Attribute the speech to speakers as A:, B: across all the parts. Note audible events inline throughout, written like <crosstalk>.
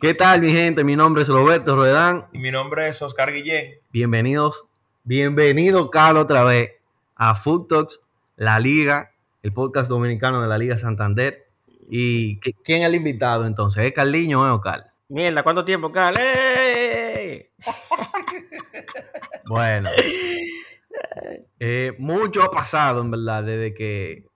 A: ¿Qué tal, mi gente? Mi nombre es Roberto Ruedán.
B: Y mi nombre es Oscar Guillén.
A: Bienvenidos, bienvenido, Carlos, otra vez a Food Talks, la Liga, el podcast dominicano de la Liga Santander. ¿Y qué- quién es el invitado entonces? ¿Es Carliño o es Ocal?
C: Mierda, ¿cuánto tiempo, Carl? ¡Ey! <laughs>
A: Bueno, eh, mucho ha pasado, en verdad, desde que,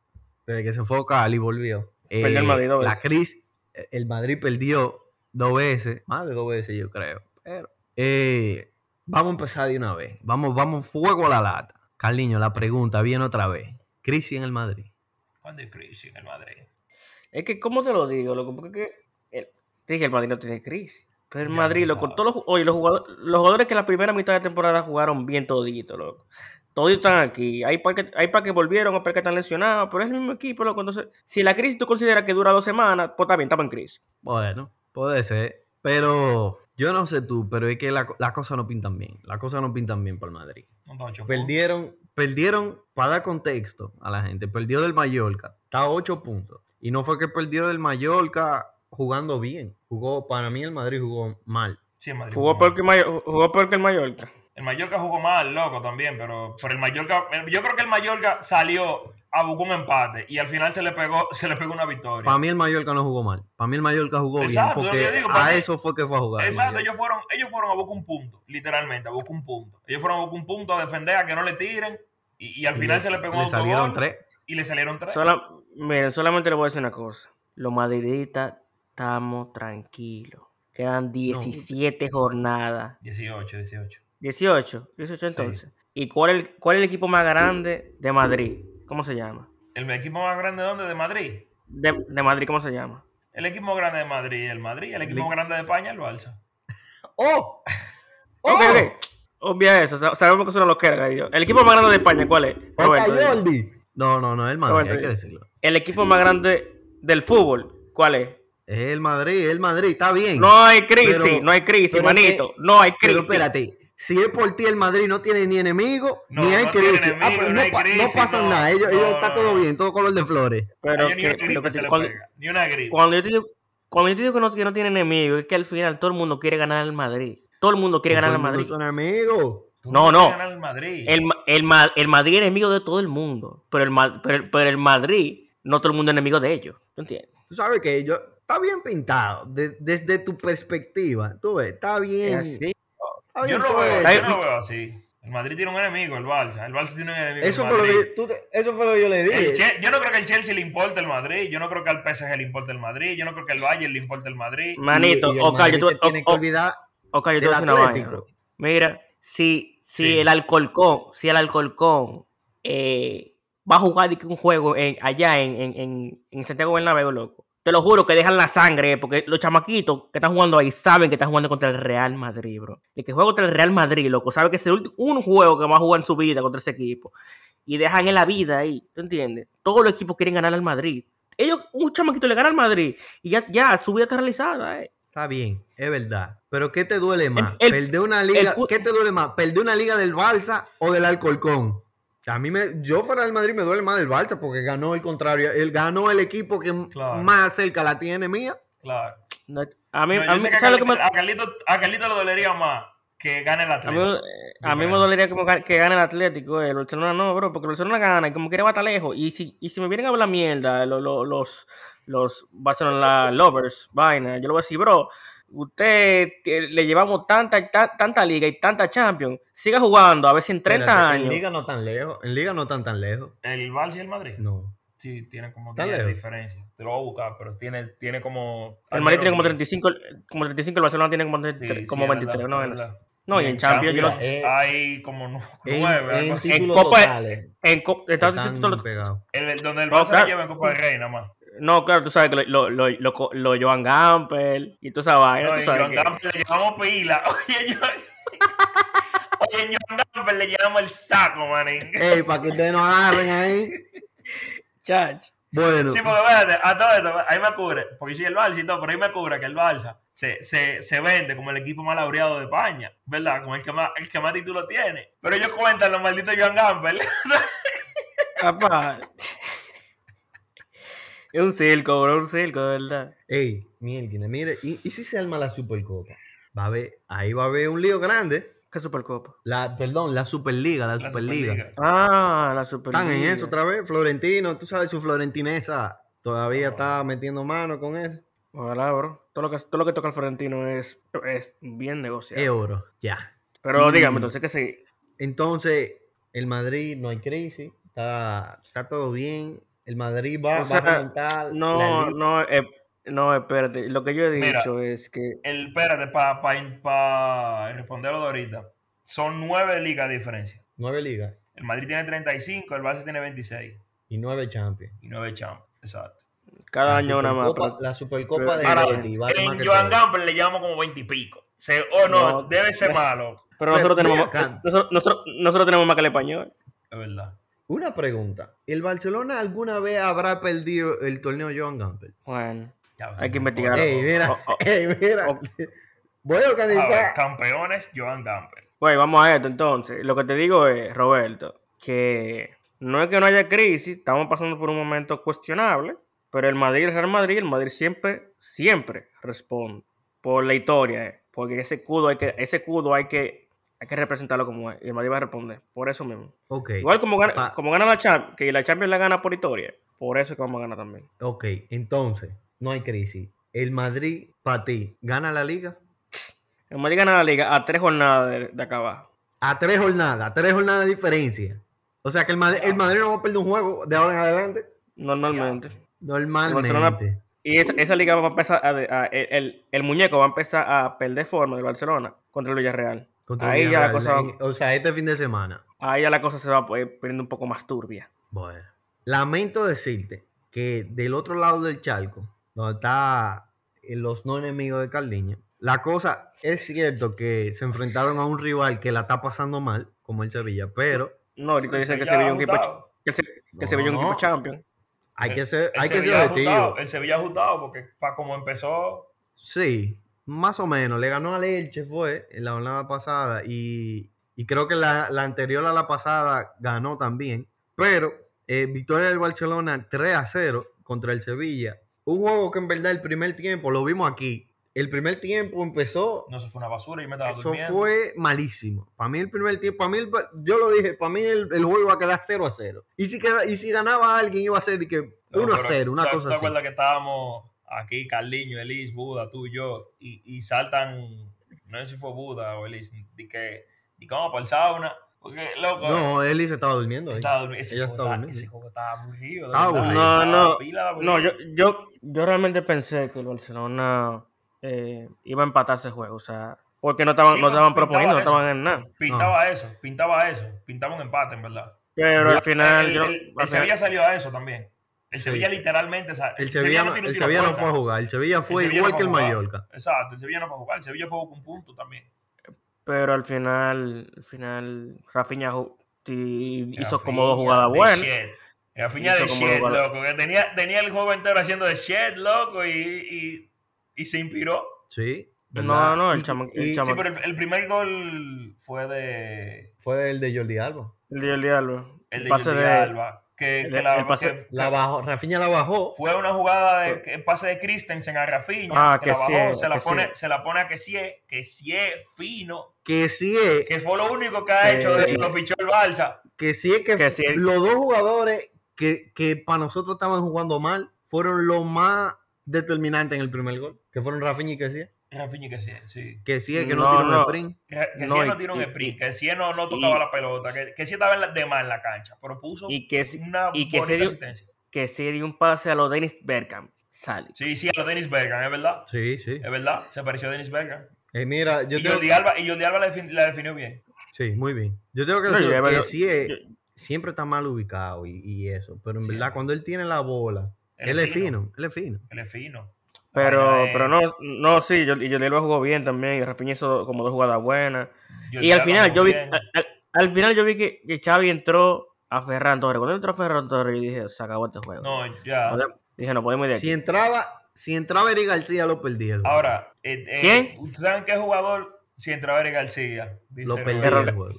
A: desde que se fue Ocal y volvió. Eh,
C: Perdió el Madrid dos
A: La
C: veces.
A: crisis, el Madrid perdió dos veces, más de dos veces, yo creo. Pero, eh, vamos a empezar de una vez. Vamos, vamos, fuego a la lata. Carliño, la pregunta viene otra vez. Crisis en el Madrid.
B: ¿Cuándo hay crisis en el Madrid?
C: Es que, ¿cómo te lo digo, loco? Porque es que el, te dije, el Madrid no tiene crisis. Pero el
B: Ya
C: Madrid,
B: lo
C: loco,
B: sabe.
C: todos los, ju- oye, los jugadores, los jugadores que la primera mitad de temporada jugaron bien todito, loco. Todos están aquí. Hay para que, hay pa' que volvieron, hay para que están lesionados, pero es el mismo equipo, loco. Entonces, si la crisis tú consideras que dura dos semanas, pues también estamos en crisis.
A: Bueno, puede ser. Pero yo no sé tú, pero es que la- las cosas no pintan bien. Las cosas no pintan bien para el Madrid.
B: Son dos ocho
A: Perdieron, perdieron, para dar contexto a la gente, perdió del Mallorca, está a 8 puntos. Y no fue que perdió del Mallorca jugando bien. Jugó, para mí el Madrid jugó mal.
B: puntos. Sí, el Madrid
A: Este,
C: Jugó peor que el, Mayo- jugó peor que el Mallorca.
B: El Mallorca jugó mal, loco, también, pero, pero el Mallorca, el- yo creo que el Mallorca salió a buscar un empate y al final se le pegó, <laughs> se le pegó una victoria.
A: Para mí el Mallorca no jugó mal. Para mí el Mallorca jugó
B: Exacto,
A: bien.
B: lo
A: Porque
B: que yo digo, para
A: a
B: mí-
A: eso fue que fue a jugar. el
B: Exacto,
A: Mallorca.
B: ellos fueron, ellos fueron a buscar un punto, literalmente, a buscar un punto. Ellos fueron a buscar un punto a defender, a que no le tiren, y, y al
A: Y
B: final
A: le-
B: se le pegó
A: le
B: un
A: salieron
B: autogol
A: tres.
B: y le salieron
A: Pues,
B: tres.
C: Sola- miren, solamente le voy a decir una cosa. Los madridistas estamos tranquilos. Quedan 17 jornadas.
B: 18, 18.
C: 18, 18
B: Sí.
C: entonces. ¿Y cuál es, el, cuál es el equipo más grande de Madrid? ¿Cómo se llama?
B: ¿El equipo más grande de dónde? De Madrid.
C: De, de Madrid, ¿cómo se llama?
B: El equipo más grande de Madrid, el Madrid. El equipo
A: Li-
B: más grande de España, el Barça.
A: ¡Oh! ¡Oh!
C: Ok, ok. Obvia eso. sa- Sabemos que son los que El equipo más grande de España, ¿cuál es?
A: Oca
C: Roberto, dime.
A: Jordi. eh. No, no, no, es el Madrid,
C: Roberto,
A: hay que
C: dime.
A: decirlo.
C: El equipo más grande del fútbol, ¿cuál es?
A: Es el Madrid, es el Madrid, está bien.
C: No hay crisis,
A: Pero-
C: no hay crisis,
A: pero es que-
C: manito. no hay
A: pero
C: crisis.
A: espérate, si es por ti el Madrid no tiene ni enemigo,
B: No,
A: ni hay
B: no tiene
A: crisis. Ah,
B: enemigo,
A: pero
B: no
A: no,
B: hay
A: pa- no
B: crisis,
A: pasan
B: no.
A: nada, ellos, ellos
B: No,
A: está
B: no,
A: todo
B: no.
A: bien, todo color de flores.
C: Pero
B: A ellos ni una
C: que- lo
B: gripe
C: que
B: se
C: te-
B: le
C: cuando-
B: pega, ni una gripe.
C: Cuando yo te digo, cuando yo te digo que, no, que no tiene enemigo, es que al final todo el mundo quiere ganar al Madrid. Todo el mundo quiere
A: Todo
C: ganar
A: el
C: al
A: mundo
C: Madrid.
A: Son amigos.
B: Tú
C: No,
B: quieres
C: no.
B: ganar al Madrid.
C: El, Ma- el, Ma- el Madrid es enemigo de todo el mundo, pero el, Ma- pero, el- pero el Madrid no todo el mundo es enemigo de ellos. ¿Tú entiendes?
A: Tú sabes que ellos está bien pintado de- desde tu perspectiva. Tú ves, está
C: Es
A: bien.
C: así.
A: está
B: Yo
A: bien
B: no lo
A: todo
B: veo,
A: hecho.
B: yo no lo veo así. El Madrid tiene un enemigo, el Barça. El Barça tiene un enemigo.
A: Eso
B: el
A: fue, lo
B: Madrid.
A: que, tú te- eso fue lo que yo le
B: El
A: dije.
B: Che- yo no creo que al Chelsea le importe el Madrid. Yo no creo que al PSG le importe el Madrid. Yo no creo que al Bayern le importe el Madrid.
C: Manito,
A: Y- y el
C: ok,
A: Madrid
C: yo te
A: se tiene que
C: o- o-
A: olvidar
C: ok, yo te
A: del
C: voy a decir una vaina.
A: Atlético.
C: Mira, si, si
B: Sí.
C: el Alcorcón, si el Alcorcón eh, va a jugar de que un juego en- allá en, en- en- en Santiago Bernabéu, loco, te lo juro que dejan la sangre, eh, porque los chamaquitos que están jugando ahí saben que están jugando contra el Real Madrid, bro. El que juega contra el Real Madrid, loco, sabe que es el ulti- un juego que va a jugar en su vida contra ese equipo. Y dejan en la vida ahí, ¿tú entiendes? Todos los equipos quieren ganar al Madrid. Ellos, un chamaquito le gana al Madrid y ya, ya su vida está realizada, eh.
A: Está bien, es verdad. Pero ¿qué te duele más?
C: el-
A: ¿Perder una liga?
C: el pu-
A: ¿Qué te duele más? ¿Perder una liga del Barça o del Alcorcón? A mí me, yo fuera del Madrid me duele más del Barça porque ganó el contrario, él ganó el equipo que m-
B: Claro.
A: más cerca la tiene mía.
B: Claro.
C: No- a mí,
B: No, yo
C: a mí-
B: sé que a,
C: ¿sabes lo que me-
B: Carlito, a Carlito- a Carlito le dolería más que gane el
C: A mí,
B: Atlético.
C: eh, a mí me dolería como ga- que gane el Atlético, eh, el Barcelona no, bro, porque el Barcelona gana y como quiere va a estar lejos. Y si, y si me vienen a hablar mierda lo- lo- los, los Barcelona lovers, vaina, yo lo voy a decir, bro, usted eh, le llevamos tanta, ta- tanta liga y tanta Champions, siga jugando, a ver si en 30
A: Espérate, En
C: años.
A: liga no tan lejos, en liga no tan tan lejos.
B: El Barça y el Madrid.
C: Mm.
A: No.
B: Sí, tiene como
A: Está
B: 10
A: lejos.
B: diferencias. Te lo voy a buscar, pero tiene, tiene como.
C: El Madrid tiene como 35, el- como 35, el Barcelona tiene como, 33, como 23, no,
B: no,
C: no, y en Champions, yo no-
A: Champions, eh,
B: hay como nu-
A: En,
B: nueve. algo
A: en
B: así.
A: títulos
C: Copa-
A: totales,
C: en co- en tanto-
A: están
C: tanto-
A: pegados.
B: El, el- donde el
C: No,
B: Barça
C: claro.
B: le lleva en Copa del Rey, nada más.
C: no, claro, tú sabes que lo, lo, lo, lo co- lo Joan Gamper y toda esa vaina,
B: No,
C: tú
B: en
C: sabes
B: John
C: que-
B: Gamper le llamamos pila. <laughs> Oye, John, Oye, en John Gamper le llamamos el saco, manín.
A: Ey, para que ustedes no agarren ahí.
C: Chach.
A: Bueno,
B: Sí, porque espérate, a todo esto, ahí me cubre, porque sí, el Barça y todo, pero ahí me cubre que el Barça se, se, se vende como el equipo más laureado de España, ¿verdad? Como el que más, el que más títulos tiene. Pero ellos cuentan los <laughs> malditos Joan Gamper.
C: Papá. Es un circo, bro, un circo, de verdad.
A: Ey, Mielkina, mire, y, y si se arma la Supercopa? Va a haber, ahí va a haber un lío grande.
C: ¿Qué Supercopa?
A: La, perdón, la Superliga, la,
B: La
A: Superliga.
B: Superliga.
C: Ah, la Superliga.
A: Están en eso otra vez. Florentino, tú sabes, su florentinesa todavía está metiendo mano con eso.
C: Ojalá, bro. Todo lo que, todo lo que toca el Florentino es, es bien negociado.
A: Euro, ya.
C: Pero
A: Mm.
C: dígame, entonces, ¿qué sigue?
A: Entonces, el Madrid no hay crisis, está, está todo bien. El Madrid va,
C: O
A: va
C: sea,
A: a remontar. la
C: No,
A: liga.
C: no, eh, no, espérate. Lo que yo he
B: Mira.
C: dicho es que
B: El, espérate, para pa, pa responderlo de ahorita. Son nueve ligas de diferencia.
A: Nueve ligas
B: El Madrid tiene 35, el Barça tiene 26
A: y nueve Champions.
B: y nueve Champions. Exacto.
C: cada
A: La
C: año una Ah, más.
A: Supercopa-
C: pero-
A: La Supercopa
C: pero-
A: de
B: Ahora,
A: Gotti vale más
B: en
A: que
B: Joan
A: todo.
B: Gamper le llamamos como 20 y pico. Se, oh, no,
C: No,
A: <laughs>
B: debe ser malo.
C: Pero nosotros
A: pero-
C: tenemos,
A: acá.
C: nosotros, nosotros, nosotros tenemos más que el español.
B: Es verdad.
A: Una pregunta. ¿El Barcelona alguna vez habrá perdido el torneo Joan Gamper?
C: Bueno,
B: Ya ves,
C: Hay que
B: no,
C: investigar. Claro.
B: no.
A: Ey, mira,
C: Oh, oh.
A: ey, mira.
C: Oh.
A: Voy a
B: A ver,
A: organizar.
B: campeones, Joan Gamper.
C: Güey, Pues vamos a esto entonces. Lo que te digo es, Roberto, que no es que no haya crisis, estamos pasando por un momento cuestionable, pero el Madrid, el Real Madrid, el Madrid siempre, siempre responde por la historia, eh, porque ese escudo hay que, ese escudo hay que, hay que representarlo como es, y el Madrid va a responder, por eso mismo.
A: Ok.
C: Igual como gana,
A: Pa-
C: como gana la Champions, que la Champions la gana por historia, por eso es que vamos a ganar también.
A: Ok, entonces, no hay crisis. El Madrid, para ti, gana la liga
C: El Madrid gana la liga a tres jornadas de, de acá abajo.
A: a tres jornadas, a tres jornadas de diferencia. O sea que el Madrid, el Madrid no va a perder un juego de ahora en adelante.
C: Normalmente.
A: Normalmente.
C: Y esa, esa liga va a empezar a, de- a- el, el- el muñeco va a empezar a perder forma del Barcelona contra el Villarreal.
A: Contra
C: Ahí
A: el
C: ya la
A: Villarreal,
C: cosa
A: en- O sea, este fin de semana.
C: Ahí ya la cosa se va eh, poniendo un poco más turbia.
A: Bueno. Lamento decirte que del otro lado del charco, donde está eh, los no enemigos de Cardiño, la cosa es cierto que se enfrentaron a un rival que la está pasando mal, como el Sevilla, pero
C: No, ahorita dicen que
B: Sevilla
C: se veía un
B: ha
C: equipo
B: ajustado.
C: ch- que el Se- que el Sevilla es
A: No.
C: un equipo champion.
A: hay que ser,
B: El
A: hay que ser
B: Sevilla Eh, ha eh.
A: objetivo.
B: ajustado, El Sevilla ha ajustado porque para como empezó,
A: Sí, más o menos. Le ganó al Elche, fue, en la jornada pasada. Y, y creo que la, la anterior a la pasada ganó también. Pero eh, victoria del Barcelona 3 a 0 contra el Sevilla. Un juego que en verdad el primer tiempo, lo vimos aquí, el primer tiempo empezó,
B: no se fue una basura y me estaba
A: eso
B: durmiendo.
A: fue malísimo. Para mí el primer tiempo, para mí, el- yo lo dije, para mí el, el juego iba a quedar 0 a 0. Y si, queda- y si ganaba alguien iba a ser de que 1
B: No,
A: a
B: pero
A: 0,
B: ¿tú-
A: una
B: tú
A: cosa
B: ¿Te
A: así.
B: acuerdas que estábamos aquí, Carliño, Elis, Buda, tú y yo, y, y saltan, no sé si fue Buda o Elis, di que, di que vamos para el sauna, porque loco,
A: No, Eli se estaba durmiendo. ahí.
B: estaba durmi- ese,
A: ella
B: juego
A: estaba
B: estaba-
A: durmiendo.
B: ese juego estaba aburrido. de
A: Ah,
B: verdad,
A: aburrido.
B: estaba
C: No, no,
B: pila de aburrido.
C: No, yo, yo, yo realmente pensé que el Barcelona eh, iba a empatar ese juego. O sea, porque no estaban,
B: Sí,
C: no
B: no,
C: estaban
B: pintaba
C: proponiendo, no
B: eso.
C: estaban en nada.
B: Pintaba eso, pintaba eso, pintaba un empate, en verdad.
C: Pero
A: Ya,
C: al final.
B: el,
C: yo-
B: el- el
C: al final-
B: Sevilla salió a eso también. El Sevilla literalmente sa-
A: El Sevilla, no-
B: tiene un
A: el
B: tiro
A: Sevilla no
B: puerta.
A: fue a jugar, el Sevilla fue
B: Sevilla no
A: igual
B: fue
A: que el
B: a jugar.
A: Mallorca.
B: Exacto, el Sevilla no fue a jugar, el Sevilla fue con punto también.
C: Pero al final, al final, Rafinha ju- ti- hizo
B: Rafinha
C: como dos jugadas
B: de
C: buenas.
B: shit. Rafinha
C: Hizo
B: de
C: como
B: shit,
C: jugadas-
B: loco. Que tenía, tenía el juego entero haciendo de shit, loco, y, y, y se inspiró.
A: Sí.
C: No,
A: ¿verdad?
C: no, el
A: Y-
C: chama-
A: y-
C: el
A: y
C: chama-
B: Sí, pero el, el primer gol fue de.
A: Fue el de Jordi Alba.
C: El día del diablo.
B: El de
C: pase
B: Jordi
C: de-
B: Alba. Que,
C: el-
B: que la,
C: el pase-
B: que-
A: La bajó, Rafinha la bajó.
B: fue una jugada de que- el pase de Christensen a Rafinha.
C: Pues Ah,
B: que la
C: que
B: bajó,
C: sí,
B: se, la
C: que sí.
B: pone, se la pone a que sí, que sí es fino.
A: Que sí es,
B: Que fue lo único que ha
C: Eh,
B: hecho desde
A: sí.
B: que lo fichó el Balsa.
A: que sí es que,
C: que sí es-
A: los dos jugadores que, que para nosotros estaban jugando mal fueron los más determinantes en el primer gol. Que fueron Rafinha y que sí es.
B: Rafinha que sí, sí.
A: Que sí es que no,
C: No,
A: tiró un
C: no.
A: sprint.
B: Que si
C: No,
B: no
C: y-
B: tiró un
C: y-
B: sprint, que si no, no tocaba
C: y-
B: la pelota, que, que si estaba en la- de más en la cancha, pero puso
C: Y que, sí-
B: una
C: y que
B: bonita
C: se dio-
B: asistencia.
C: que sí dio un pase a los Dennis Bergkamp. Sale.
B: Sí, sí, a los Dennis Bergkamp, es verdad,
A: Sí, sí.
B: es verdad, se pareció a Dennis Bergkamp.
A: Eh, mira, yo
B: y,
A: tengo-
B: Jordi Alba, y Jordi Alba la, defin- la definió bien.
A: Sí, muy bien. Yo tengo que
C: No,
A: decir
C: yo-
A: que
C: yo-
A: sí es,
C: yo-
A: siempre está mal ubicado y, y eso. Pero en
B: Siempre.
A: verdad, cuando él tiene la bola,
B: Él
A: él
B: es
A: es
B: fino.
A: fino, él es fino.
B: Él es fino.
C: Pero,
B: Ay, ay.
C: pero no, no, sí, yo, y Jordi Alba jugó bien también. Y Rafinha hizo como dos jugadas buenas.
B: Jordi
C: Y al
B: Alba
C: final
B: jugó
C: yo vi,
B: bien.
C: al, al- al final yo vi que, que Xavi entró a Ferran Torres. Cuando entró Ferran Torres, yo dije, se acabó este juego.
B: No, ah. ya.
C: Podemos- Dije, no podemos ir de aquí.
A: Si entraba, si entraba Eric García lo perdieron.
B: Ahora, eh, eh,
C: ¿Quién?
B: ¿ustedes saben qué jugador? Si entraba Eric García. dice
A: lo
B: Roberto.
A: perdieron. el juego.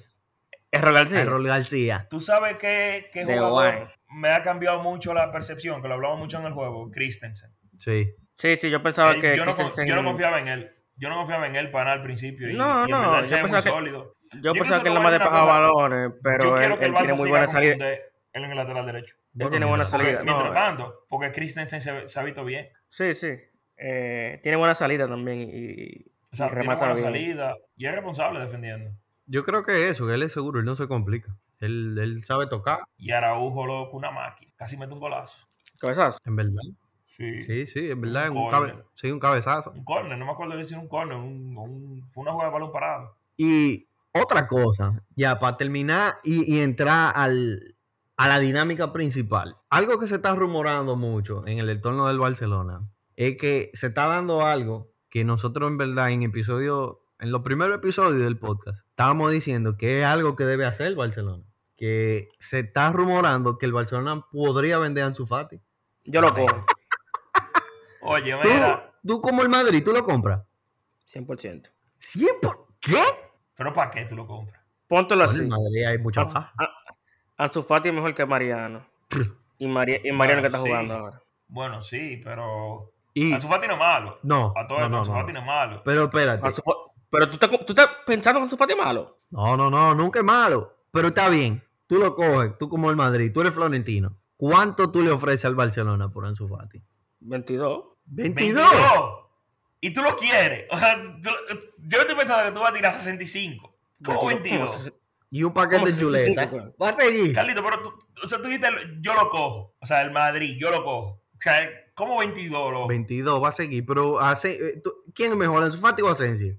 C: Es Rogal, sí.
A: Errol García.
B: ¿Tú sabes qué, qué
C: De
B: jugador
C: guay.
B: me ha cambiado mucho la percepción, que lo hablamos mucho en el juego, Christensen.
A: Sí.
C: Sí, sí, yo pensaba
B: Él-
C: que.
B: yo, no,
C: Christensen-
B: con- yo no confiaba en él. Yo no confiaba en él para nada al principio. Y,
C: No,
B: y en
C: no,
B: verdad
C: yo
B: se ve muy
C: pensaba que-
B: sólido.
C: Yo
B: yo
C: pensaba
B: incluso
C: que él
B: te
C: nada
B: voy a decir
C: más
B: una
C: despejaba
B: cosa.
C: balones,
B: yo
C: pero él,
B: quiero que el
C: él
B: Barça
C: tiene muy
B: siga
C: buena
B: con
C: salida.
B: Koundé en el lateral derecho.
A: Bueno,
C: tiene buena
A: mira,
C: salida.
B: Porque,
C: no,
B: mientras
C: eh.
B: tanto, porque Christensen se, se ha visto bien.
C: Sí, sí. Eh, tiene buena salida también y,
B: O sea,
C: y
B: tiene
C: remata
B: buena
C: bien.
B: salida y es responsable defendiendo.
A: Yo creo que eso, que él es seguro, él no se complica. Él, él sabe tocar,
B: Y Araujo, loco, una máquina. Casi mete un golazo.
C: Cabezazo.
A: en verdad.
B: Sí.
A: Sí, sí, en verdad, en un,
B: córner.
A: cabe- sí, un cabezazo.
B: Un corner, no me acuerdo si era un corner. un- un- fue una jugada de balón parado.
A: Y otra cosa, ya para terminar y, y entrar al, a la dinámica principal. Algo que se está rumorando mucho en el entorno del Barcelona es que se está dando algo que nosotros en verdad en episodio, en los primeros episodios del podcast, estábamos diciendo que es algo que debe hacer el Barcelona. Que se está rumorando que el Barcelona podría vender a Ansu Fati.
C: Yo lo cojo,
B: Oye,
A: Tú,
B: mira.
A: tú como el Madrid, tú lo compras.
C: 100%.
A: 100 ¿Qué?
B: Pero ¿para qué tú lo compras? Ah,
C: Póntelo
A: Bueno,
C: así.
A: en Madrid hay mucha
C: Ansu- A- Ansu Fati es mejor que Mariano. Y, Mari- y Mariano que está
B: sí.
C: jugando ahora.
B: Bueno, sí, pero.
A: Y,
B: Ansu Fati no es malo.
A: no,
B: A todo
A: no,
B: esto,
A: no,
B: Ansu
A: no.
B: Fati no es malo.
A: Pero espérate.
C: Ansu Fa- Pero tú estás, tú estás pensando que Ansu Fati es malo.
A: No, no, no, nunca es malo. Pero está bien. Tú lo coges, tú como el Madrid, tú eres florentino. ¿Cuánto tú le ofreces al Barcelona por Ansu Fati?
C: 22.
A: 22.
B: Y tú lo quieres. <laughs> O sea, tú- yo estoy pensando que tú vas a tirar 65. ¿Cómo 22?
C: ¿Cómo?
A: Y un paquete de
C: 65,
A: chuleta.
C: weón.
A: Va a seguir.
B: Carlito, pero tú, o sea, tú dijiste, yo lo cojo. O sea, el Madrid, yo lo cojo. O sea, ¿cómo 22, loco?
A: 22 va a seguir, pero Asen- eh, tú- ¿quién es mejor, Ansu Fati o Asensio?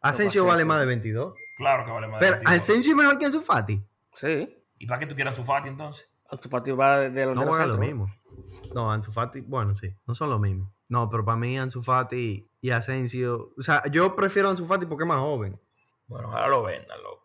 A: Asensio
C: Asensio.
A: vale más de 22.
B: Claro que vale más. de
A: Pero
B: 22.
A: Asensio es mejor que Ansu Fati.
C: Sí.
B: ¿Y para qué tú quieras su Fati entonces?
C: Ansu Fati va de, de los
A: No
C: de los
A: juega lo
C: centros.
A: mismo. No, Ansu Fati, bueno, sí, no son lo mismo. No, pero para mí Ansu Fati y Asensio, o sea, yo prefiero a Ansu Fati porque es más joven.
B: Bueno, ahora lo vendan, loco.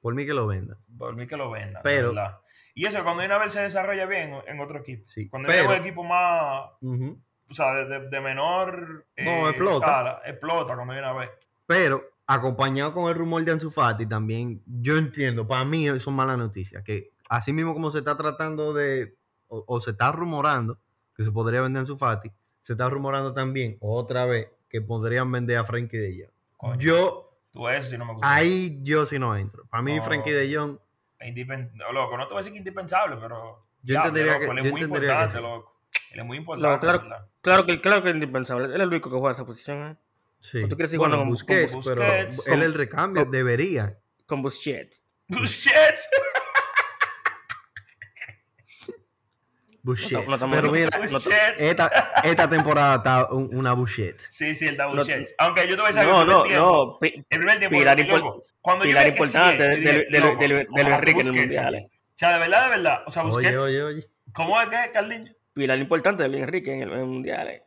A: Por mí que lo vendan.
B: Por mí que lo vendan.
A: Pero-
B: de verdad. Y eso, cuando una vez se desarrolla bien en otro equipo.
A: Sí,
B: Cuando
A: pero-
B: llega un equipo más,
A: Ujú.
B: o sea, de, de- de menor. eh,
A: No, explota.
B: escala, explota cuando viene a ver.
A: Pero acompañado con el rumor de Ansu Fati también, yo entiendo, para mí eso son malas noticias, que así mismo como se está tratando de, o, o se está rumorando que se podría vender Ansu Fati, se está rumorando también otra vez que podrían vender a Frankie de
B: Coño.
A: Jong. Yo,
B: Tú eso si no me gusta.
A: ahí yo sí no entro. Para mí
B: Oh.
A: Frankie de Jong,
B: Es indipen- Loco, no te voy a decir que indispensable, pero.
A: yo
B: diablo,
A: entendería
B: loco,
A: que...
B: Él
A: yo
B: es muy
A: entendería que
B: importante,
A: sí.
B: loco. Él es muy
C: Loco,
B: importante.
C: claro.
B: ¿verdad? <laughs>
C: Claro que, claro que es indispensable. Él es el único que juega esa posición. ¿eh?
A: Sí.
C: ¿O tú quieres ir
A: Bueno,
C: jugando con-
A: Busquets,
B: con
A: pero
B: Busquets?
A: él el recambio,
C: Con-
A: debería.
C: Con Busquets.
A: <laughs>
B: Shit.
A: Busquets.
C: no estamos-
A: pero mira,
B: Shit.
A: esta, esta temporada está un- una Busquets.
B: Sí, sí, el double
C: No,
B: shit. Aunque yo te voy a decir
C: No,
B: que el
C: no,
B: primer tiempo-
C: no. Pi-
B: El primer tiempo,
C: Pilar
B: loco,
C: impor-
B: cuando yo
C: pilar
B: vi que
C: importante
B: sí,
C: del-
B: yo dije,
C: del- del-
B: loco,
C: del- del
B: ojalá que
C: Enrique en el
B: Busquets,
C: Mundial, eh.
B: O sea, de verdad, de verdad. O sea,
A: Oye,
B: Busquets.
A: oye, oye.
B: ¿Cómo es que es, Carliño?
C: pilar importante de Luis Enrique en el, en el Mundial. ¿eh?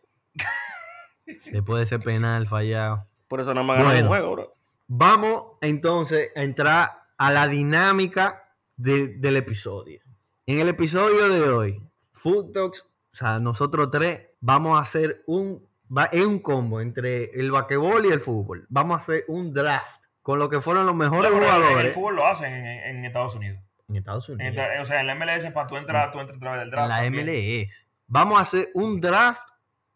A: Después de ese penal fallado.
C: Por eso no me ha ganado
A: Bueno.
C: un juego, bro.
A: Vamos entonces a entrar a la dinámica de- del episodio. En el episodio de hoy, Food Talks, o sea, nosotros tres vamos a hacer un, va- es un combo entre el vaquebol y el fútbol. Vamos a hacer un draft con lo que fueron los mejores
B: No, pero en- En el
A: jugadores
B: fútbol lo hacen en, en- en Estados Unidos.
A: en Estados
B: En
A: Unidos.
B: esta- o sea, en la MLS, para tú entrar, tú entras a través del draft.
A: en la
B: también.
A: MLS. Vamos a hacer un draft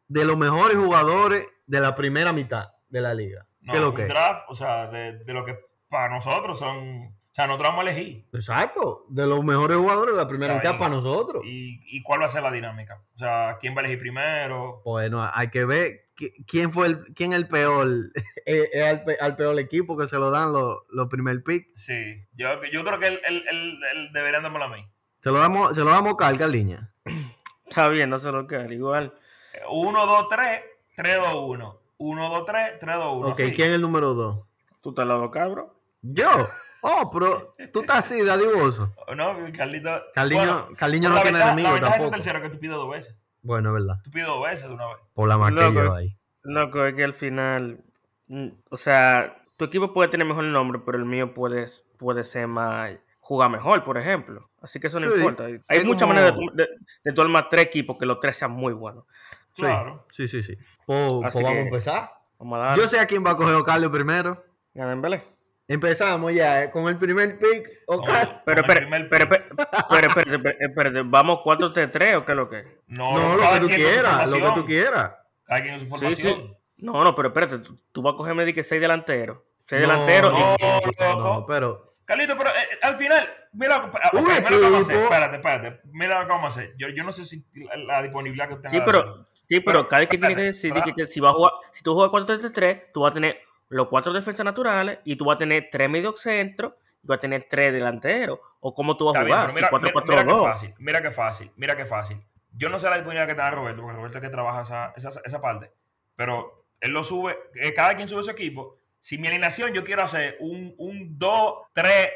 A: de los mejores jugadores de la primera mitad de la liga.
B: No,
A: ¿Qué es lo
B: un
A: que es?
B: draft, o sea, de, de lo que para nosotros son. O sea, nosotros vamos a elegir.
A: Exacto, de los mejores jugadores de la primera
B: Está
A: mitad
B: bien.
A: para nosotros.
B: Y, y cuál va a ser la dinámica? O sea, ¿quién va a elegir primero?
A: Bueno, hay que ver qui- quién fue el, quién el peor, <laughs> eh, eh, al, pe- al peor equipo que se lo dan los los primer pick.
B: Sí. Yo, yo creo que él, él, él- él debería dármelo a mí.
A: Se lo damos, se lo damos carga, línea.
C: Está bien, no sé lo que es. Igual.
B: 1, 2, 3, 3, 2, 1. 1, 2, 3, 3, 2, 1.
A: Ok, ¿quién es el número dos?
C: Tú te lo tocas, bro.
A: Yo. Oh, pero tú estás así, dadivoso.
B: No, Carlito.
A: Carliño,
B: Bueno,
A: Carliño
B: Pero
A: no
B: la
A: tiene
B: ventaja- la
A: enemigo
B: ventaja es el
A: tampoco.
B: tercero que tú pides dos veces.
A: Bueno, es verdad.
B: Tú pides dos veces de una vez.
A: Por la más que
C: Loco.
A: lleva ahí.
C: Loco, es que al final. mm, O sea, tu equipo puede tener mejor nombre, pero el mío puede, puede ser más. Jugar mejor, por ejemplo. Así que eso no
A: Sí,
C: importa. Hay
A: es
C: muchas
A: como-
C: maneras de, tu- de, de tu armar tres equipos que los tres sean muy buenos.
A: Sí,
B: Claro.
A: sí, sí, sí. Pues,
C: Así
A: pues vamos a
C: que-
A: empezar.
C: Vamos a dar.
A: Yo sé a quién va a coger Carlos primero.
C: Ganen Belé.
A: Empezamos ya eh, con el primer pick. Ok.
B: No.
C: Pero,
B: Con el
C: espera,
B: primer
C: pero, espera, pero, espérate, espérate, espérate, vamos 4-3-3 o qué es lo que es?
A: No, lo
B: cada
A: que tú
B: quien con su
A: quieras, lo que tú
B: formación.
A: quieras.
B: Cada quien en su
C: Sí,
B: formación.
C: sí. No, no, pero espérate, tú, tú vas a cogerme de que 6 delanteros. 6
A: No,
C: delanteros Este y-
A: no,
B: loco.
A: no, pero
B: Carlito, pero eh, al final, mira, lo que- ah,
A: Un
B: ok, mira lo que vamos a hacer.
A: equipo.
B: Espérate, espérate. Mira lo que vamos a hacer. Yo, yo no sé si la, la disponibilidad que tenga.
C: Sí, pero, sí, pero cada
B: <laughs>
C: quien tiene
B: espérate,
C: que decidir
B: espérate.
C: que, que si, va a jugar, si tú juegas 4-3-3, tú vas a tener los cuatro defensas naturales y tú vas a tener tres mediocentros y vas a tener tres delanteros. ¿O cómo tú vas
B: Está
C: a
B: bien,
C: jugar?
B: pero mira,
C: si
B: mira-
C: 4-4-2.
B: mira qué fácil, mira qué fácil, mira qué fácil. Yo no sé la disponibilidad que tenga Roberto, porque Roberto es que trabaja esa, esa, esa parte. Pero él lo sube, eh, cada quien sube su equipo. Si mi alineación yo quiero hacer un, un 2, 3,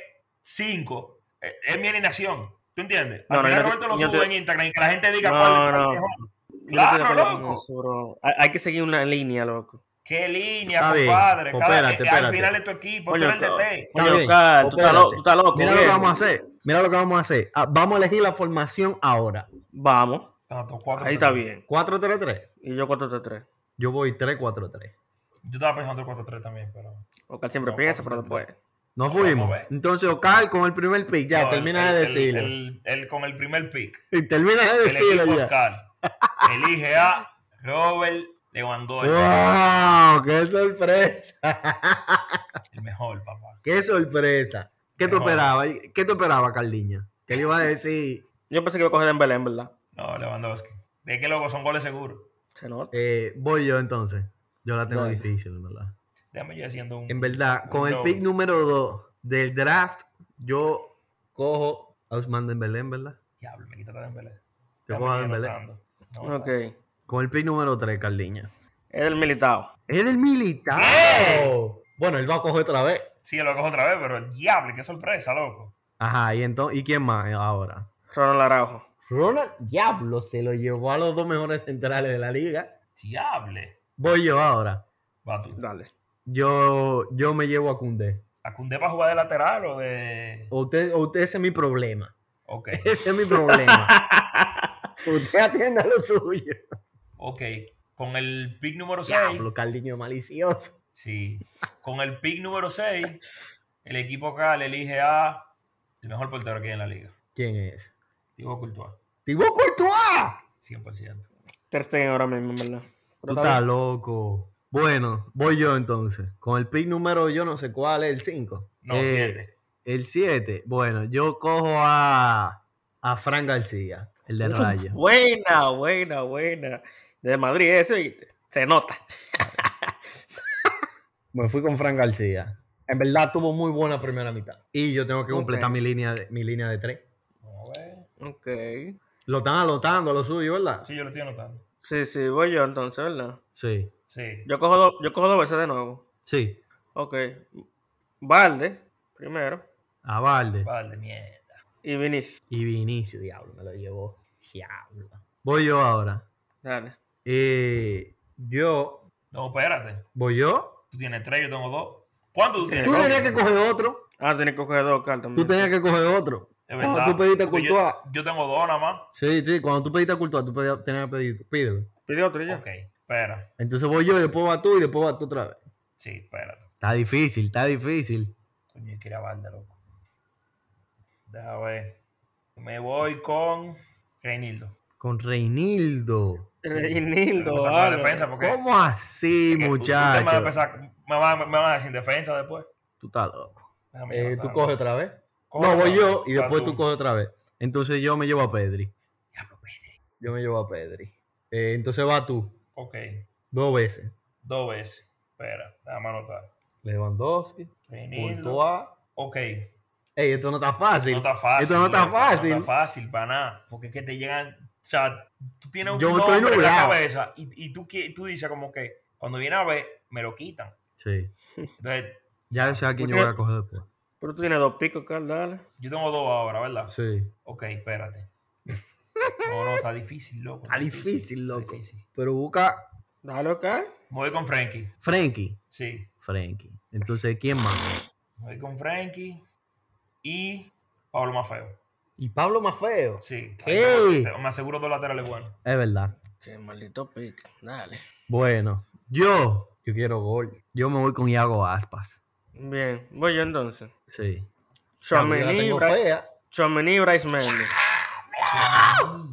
B: 5, eh, es mi alineación. ¿Tú entiendes? Al
C: No, no,
B: final
C: yo no te-
B: Roberto lo
C: yo
B: sube
C: te-
B: en Instagram y que la gente diga
C: No,
B: cuál es el
C: no.
B: mejor.
C: Yo no estoy de
B: Claro,
C: acuerdo con
B: loco.
C: eso, bro. Hay, hay que seguir una línea, loco.
B: Qué línea,
A: Está bien.
B: compadre.
A: Pues
B: Cada-
A: espérate,
B: eh, Al
A: espérate.
B: final es tu equipo,
C: Coño,
B: tú eres el DT.
A: Está
C: Coño,
A: bien,
C: Oscar, tú estás,
A: espérate.
C: lo- tú estás loco.
A: mira lo que
C: viejo.
A: vamos a hacer. Mira lo que vamos a hacer. Ah, vamos a elegir la formación ahora.
C: Vamos,
B: Tanto, cuatro,
C: ahí
B: tres.
C: está bien.
A: 4-3-3.
C: Y yo 4-3-3.
A: Yo voy 3-4-3.
B: Yo estaba pensando en 4-3 también, pero.
C: Oscar siempre
B: No,
C: piensa,
B: cuatro,
C: pero
B: tres,
C: después.
A: No
B: Vamos a
A: fuimos.
B: ver.
A: Entonces, Ocal con el primer pick. Ya,
B: No, el-
A: termina de
B: el- el-
A: decirlo.
B: el- el- con el primer pick.
A: Y termina de
B: El equipo
A: decirlo ya.
B: Oscar. Elige a Robert Lewandowski.
A: Ah. ¡Wow! ¡Qué sorpresa! <laughs>
B: El mejor, papá.
A: ¡Qué sorpresa! ¿Qué te
B: Mejor.
A: esperaba? ¿Qué te esperaba, Carliña? ¿Qué le iba a decir?
C: Yo pensé que iba a coger en Belén, ¿verdad?
B: No, Lewandowski. De que luego son goles seguros.
C: Se nota.
A: Eh, voy yo entonces. Yo la tengo
C: Dale.
A: difícil, en verdad.
B: Déjame yo haciendo un.
A: En verdad, con el
B: Dos.
A: pick número 2 del draft, yo cojo a Usman Dembélé, en verdad.
B: Diablo, me quita de Dembélé.
A: Yo
B: Déjame
A: cojo a
B: ir
A: Dembélé.
B: anotando. No,
C: Ok.
B: gracias.
C: Es
A: Con el pick número 3, Carliña.
C: del militado.
A: ¡Es del militar!
B: ¡Bien!
A: Bueno, él va a coger otra vez.
B: Sí, lo cojo otra vez, pero diablo, qué sorpresa, loco.
A: Ajá, y entonces, ¿y quién más ahora?
C: Ronald Araujo.
A: Ronald Diablo se lo llevó a los dos mejores centrales de la liga.
B: Diablo.
A: Voy yo ahora.
B: Va tú.
C: Dale.
A: Yo, yo me llevo a Cundé.
B: ¿A Cundé para jugar de lateral o de.?
A: O usted, o usted ese es mi problema. <laughs>
B: Ok.
A: Ese es mi <laughs> problema. usted atienda lo suyo.
B: Ok. Con el pick número 6.
A: Diablo, Carliño malicioso.
B: Sí. Con el pick número 6, el equipo acá le elige a el mejor portero que hay en la liga.
A: ¿Quién es?
B: Diego Courtois,
A: ¡Tibó Courtois!
B: 100%.
C: Ter Stegen ahora mismo, ¿verdad?
A: Tú estás loco. Bueno, voy yo entonces. Con el pick número yo no sé cuál es, el 5.
B: No, 7.
A: El 7. Bueno, yo cojo a, a Fran García, el
C: <laughs>
A: de
C: Uf,
A: Rayo.
C: Buena, buena, buena. De Madrid ese, ¿viste? Se nota.
A: Me fui con Fran García. En verdad tuvo muy buena primera mitad. Y yo tengo que
C: Ok.
A: completar mi línea de, mi línea de tres.
B: Vamos a ver.
C: Ok.
A: Lo están anotando lo suyo, ¿verdad?
B: Sí, yo lo estoy anotando.
C: Sí, sí, voy yo entonces, ¿verdad?
A: Sí.
B: Sí.
C: Yo cojo, do- yo cojo dos veces de nuevo.
A: Sí.
C: Ok. Valde, primero.
A: A Valde.
B: Vale, mierda.
C: Y Vinicius.
A: Y Vinicio, diablo, me lo llevó. Diablo. Voy yo ahora.
C: Dale.
A: Eh, yo.
B: No, espérate.
A: ¿Voy yo?
B: Tú tienes 3, yo tengo 2. ¿Cuánto tú tienes?
A: Tú
C: Robin.
A: tenías que coger otro.
C: Ah, tienes que coger dos cartas.
A: Tú tenías que coger otro.
B: Es
A: Cuando
B: verdad.
A: Ah, tú pediste
B: Porque
A: Courtois.
B: Yo, yo tengo 2 nada más.
A: Sí, sí. Cuando tú pediste a Cultura, tú pedías- tenías que pedir. Pídelo.
C: Pidió otro y ya.
B: Ok, espera.
A: Entonces voy yo, y después va tú y después va tú otra vez.
B: Sí, espérate.
A: Está difícil, está difícil.
B: Coño, yo quería Valde, loco. Deja ver. Me voy con Reinildo.
A: Con Reinildo.
C: <laughs> Reinildo,
B: Vamos a sacar
C: vale.
B: la defensa pues. porque
A: ¿Cómo así,
B: Porque usted Me va, a
A: muchacho?
B: empezar- me, va, me va a decir defensa después.
A: Tú estás loco.
B: Déjame
A: Eh,
B: anotar.
A: tú coges otra vez.
B: Coge
A: No, voy
B: otra
A: yo
B: vez.
A: y
B: Vas
A: después tú coges otra vez. Entonces yo me llevo a Pedri.
B: Diablo, Pedri.
A: Yo me llevo a Pedri. Eh, entonces va tú.
B: Ok,
A: Dos veces.
B: dos veces. Espera, déjame anotar.
A: Lewandowski,
B: Reinildo.
A: Courtois.
B: Ok,
A: Ey, esto no está fácil.
B: no está fácil.
A: Esto no está
B: loco,
A: fácil.
B: No está fácil para nada. Porque es que te llegan. O sea, tú tienes un
A: Yo
B: nombre
A: estoy
B: en la
A: nublado.
B: cabeza y, y tú, que- tú dices como que cuando viene a ver, me lo quitan.
A: Sí.
B: Entonces,
A: Ya yo sé a quién yo
C: Porque-
A: voy a coger después.
C: Pero tú tienes dos picos, Carl, dale.
B: yo tengo dos ahora, ¿verdad?
A: Sí.
B: Ok, espérate. No, no, está difícil, loco.
A: Está difícil,
B: está
A: loco.
B: difícil.
A: Pero busca
C: Dale, Oscar.
B: Me voy con Frankie.
A: Frankie.
B: Sí.
A: Frankie. Entonces, ¿quién más?
B: Me voy con Frankie y Pablo Mafeo.
A: Y Pablo Mafeo.
B: Sí.
A: ¡Ey!
B: Me aseguro dos laterales buenos.
A: Es verdad.
C: Qué maldito pico. Dale.
A: Bueno, yo, yo quiero gol. Yo me voy con Iago Aspas.
C: Bien, voy yo entonces.
A: Sí. Yo la
C: Chomení,
A: tengo
C: Bra-
A: fea.
C: Tchouaméni, Bryce Mendy.
A: Ah.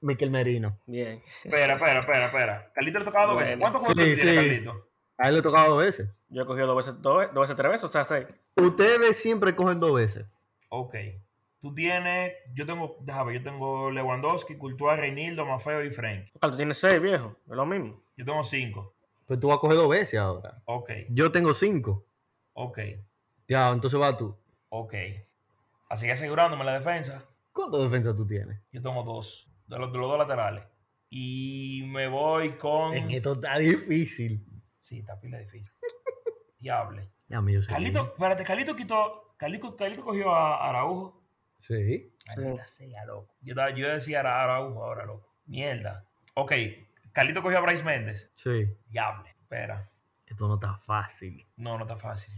A: Miquel Merino.
C: Bien.
B: Espera, espera, espera, espera. Carlito le tocaba dos veces.
C: Bueno.
B: ¿Cuántos juegos
A: Sí,
B: tú tienes,
A: sí.
B: Carlito?
A: A él le he tocado dos veces.
C: Yo he cogido dos veces, dos, dos veces tres veces, o sea, seis.
A: Ustedes siempre cogen dos veces.
B: Ok. Tú tienes, yo tengo, déjame, yo tengo Lewandowski, Courtois, Reinildo, Mafeo y Frank.
C: Claro, tú tienes seis, viejo. Es lo mismo.
B: Yo tengo cinco.
A: Pero tú vas a coger dos veces ahora.
B: Ok,
A: Yo tengo cinco.
B: ok,
A: Ya, entonces vas tú.
B: ok. Así que asegurándome la defensa,
A: ¿Cuántas defensas tú tienes?
B: yo tengo dos, de los, de los dos laterales. Y me voy con...
A: En esto está difícil.
B: Sí, está pila difícil. Diable.
A: Ya, mi, yo sé.
B: Carlito, espérate, Carlito quitó, Carlito, Carlito cogió a Araujo.
A: Sí.
B: Maldita sea, loco. Yo, estaba- yo decía Ara- Araujo ahora, loco. Mierda. Ok, Carlito cogió a Bryce Méndez.
A: Sí.
B: Diable. Espera.
A: Esto no está fácil.
B: No, no está fácil.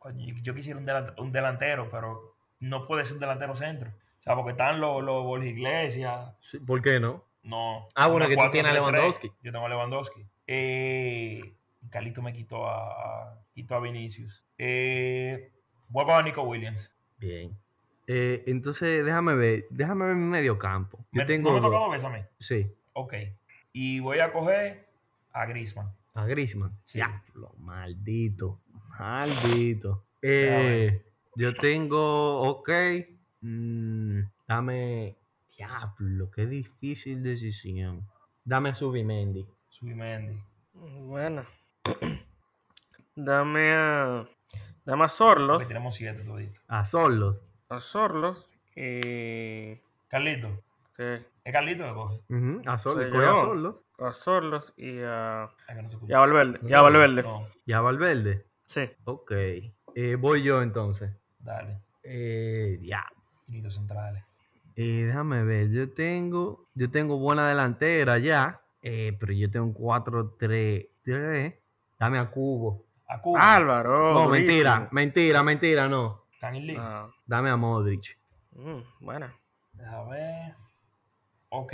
B: Coño, yo, yo quisiera un, delan- un delantero, pero no puede ser un delantero centro. O sea, porque están los, los Borja Iglesias.
A: Sí, ¿Por qué no?
B: No.
A: Ah, bueno,
B: Una
A: que tú
B: cuatro,
A: tienes a
B: tres, tres.
A: Lewandowski.
B: Yo tengo a Lewandowski. Eh, Carlito me quitó a, a- quitó a Vinicius. Eh, vuelvo a Nico Williams.
A: Bien. Eh, entonces, déjame ver. Déjame ver mi medio campo. Yo
B: Me-
A: tengo.
B: ¿No me
A: dos.
B: toca dos veces a mí?
A: Sí.
B: Ok. Y voy a coger a Griezmann.
A: A Grisman.
B: Sí.
A: maldito. Maldito. Eh, yo tengo. Ok. mm, dame. Diablo, qué difícil decisión. Dame a Subimendi.
B: Subimendi.
C: Bueno. <clears throat> Dame a. Dame a
B: Porque
C: Sorlos.
B: tenemos siete toditos.
A: A Solos.
C: A Sorlos. Y.
B: Carlito.
C: ¿qué?
B: Es Carlito que coge.
A: Ujú, A Solos.
C: Soy
A: coge a
C: yo.
A: Solos.
C: A Sorlos y a.
B: Ah, que no se escucha.
C: Y a Valverde. Y a Valverde.
B: No,
A: Y a Valverde.
C: Sí.
A: Ok. Eh, voy yo entonces.
B: dale.
A: Eh, ya.
B: Toditos centrales.
A: Eh, déjame ver, yo tengo, yo tengo buena delantera ya, eh, pero yo tengo 4-3-3. Dame a Cubo.
B: A Cuba.
C: Ah,
B: Oh,
C: Álvaro.
A: no,
C: durísimo.
A: mentira, mentira, mentira, no.
B: Can in Lee.
C: Ah,
A: Dame a Modric.
C: mm, bueno.
B: A ver. Ok.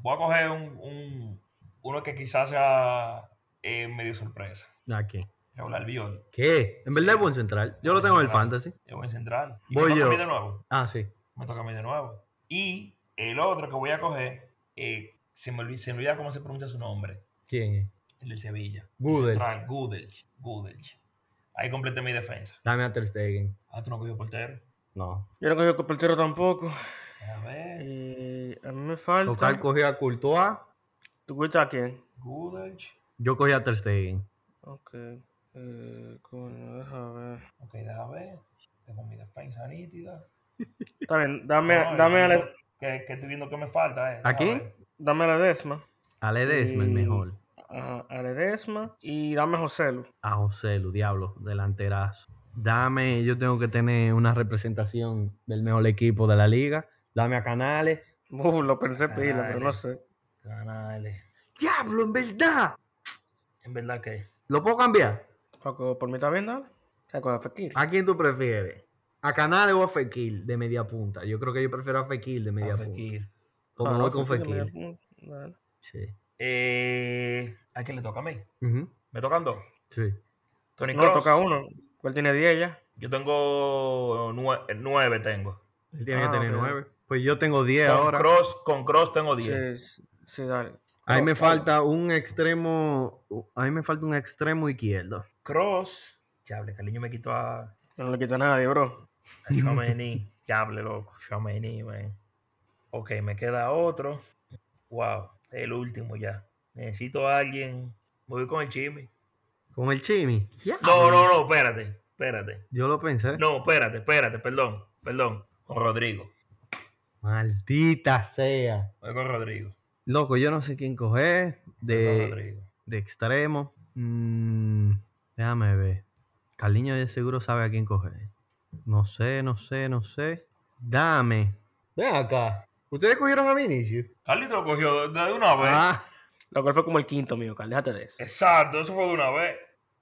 B: Voy a coger un, un- uno que quizás sea eh, medio sorpresa.
A: ¿A qué?
B: Raúl Albiol.
A: ¿Qué? En verdad es buen central. Yo lo tengo en el
B: Central.
A: fantasy.
B: Es buen central. Y
A: Voy
B: me toca
A: yo.
B: a mí de nuevo.
A: Ah, sí.
B: Me toca a mí de nuevo. Y el otro que voy a coger, eh, se, me olvida, se me olvida cómo se pronuncia su nombre.
A: ¿Quién es?
B: El del Sevilla. El
A: Gudel.
B: Central, Gudelch. Gudelch. Ahí completé mi defensa.
A: Dame a Ter Stegen.
B: Ah, tú no cogió portero.
A: No.
C: Yo no cogí portero tampoco.
B: A ver.
C: Y a mí me falta.
A: Local cogí a Courtois,
C: ¿Tú cuentas a quién?
B: Gudelch.
A: yo cogí a Ter Stegen.
C: Ok. Eh, coño, deja ver.
B: Ok, déjame ver. Tengo mi defensa nítida.
C: Está bien, dame,
B: No,
C: dame, a
B: yo-
C: la,
B: Que, que estoy viendo que me falta. Eh.
A: ¿A
B: Déjame
A: quién?
B: ver.
C: dame a la Desma.
A: A Ledesma el
C: Mm.
A: mejor.
C: Ajá, a la Desma. Y dame a José Lu.
A: A José Lu, diablo, delanterazo. Dame, yo tengo que tener una representación del mejor equipo de la liga. Dame a Canales.
C: Uf, lo pensé pila, pero
B: Dale.
C: no sé.
B: Canales.
A: ¡Diablo, en verdad!
B: En verdad que.
A: ¿Lo puedo cambiar?
C: Paco, por mí está bien, dale. ¿Qué cosa, Fekir?
A: ¿A quién tú prefieres? ¿A Canales o a Fekir de media punta? Yo creo que yo prefiero a Fekir de media
B: a
A: punta.
B: Fekir.
A: Porque
C: Ah,
A: voy con
C: Fekir,
A: Fekir.
C: mira, mm, dale.
A: Sí.
B: Eh, ¿A quién le toca a mí?
A: Ujú,
B: ¿Me tocan dos?
A: sí.
B: Tony
C: No, le
B: Kroos.
C: toca uno. ¿Cuál tiene 10 ya?
B: Yo tengo nue- eh, nueve. Tengo.
A: Él tiene
C: Ah,
A: que tener
C: ok.
A: nueve. Pues yo tengo diez
B: Con
A: ahora.
B: Cross, con Cross tengo diez.
C: Sí, sí, sí, dale.
A: Ahí me
C: Pero, dale.
A: falta un extremo. A mí me falta un extremo izquierdo.
B: Cross. Chable, Caliño me quitó a.
C: Yo no le quito a nadie, bro.
B: a Chouameni. Chable, loco. Chouameni, man. Ok, me queda otro. Wow, el último ya. Necesito a alguien. Me voy con el Chimi.
A: Con el Chimi.
B: No, no, no, espérate. Espérate.
A: Yo lo pensé.
B: No, espérate, espérate, perdón. Perdón. Con Rodrigo.
A: Maldita sea.
B: Voy con Rodrigo.
A: Loco, yo no sé quién coger
B: Voy con
A: de,
B: Rodrigo.
A: de extremo. Mm, déjame ver. Caliño de seguro sabe a quién coger. No sé, no sé, no sé. Dame. Ven acá. ¿Ustedes cogieron a Vinicius?
B: Carlito lo cogió de, de una vez.
A: Ah.
C: Lo cual fue como el quinto mío, Carl. Déjate de eso.
B: Exacto, eso fue de una vez.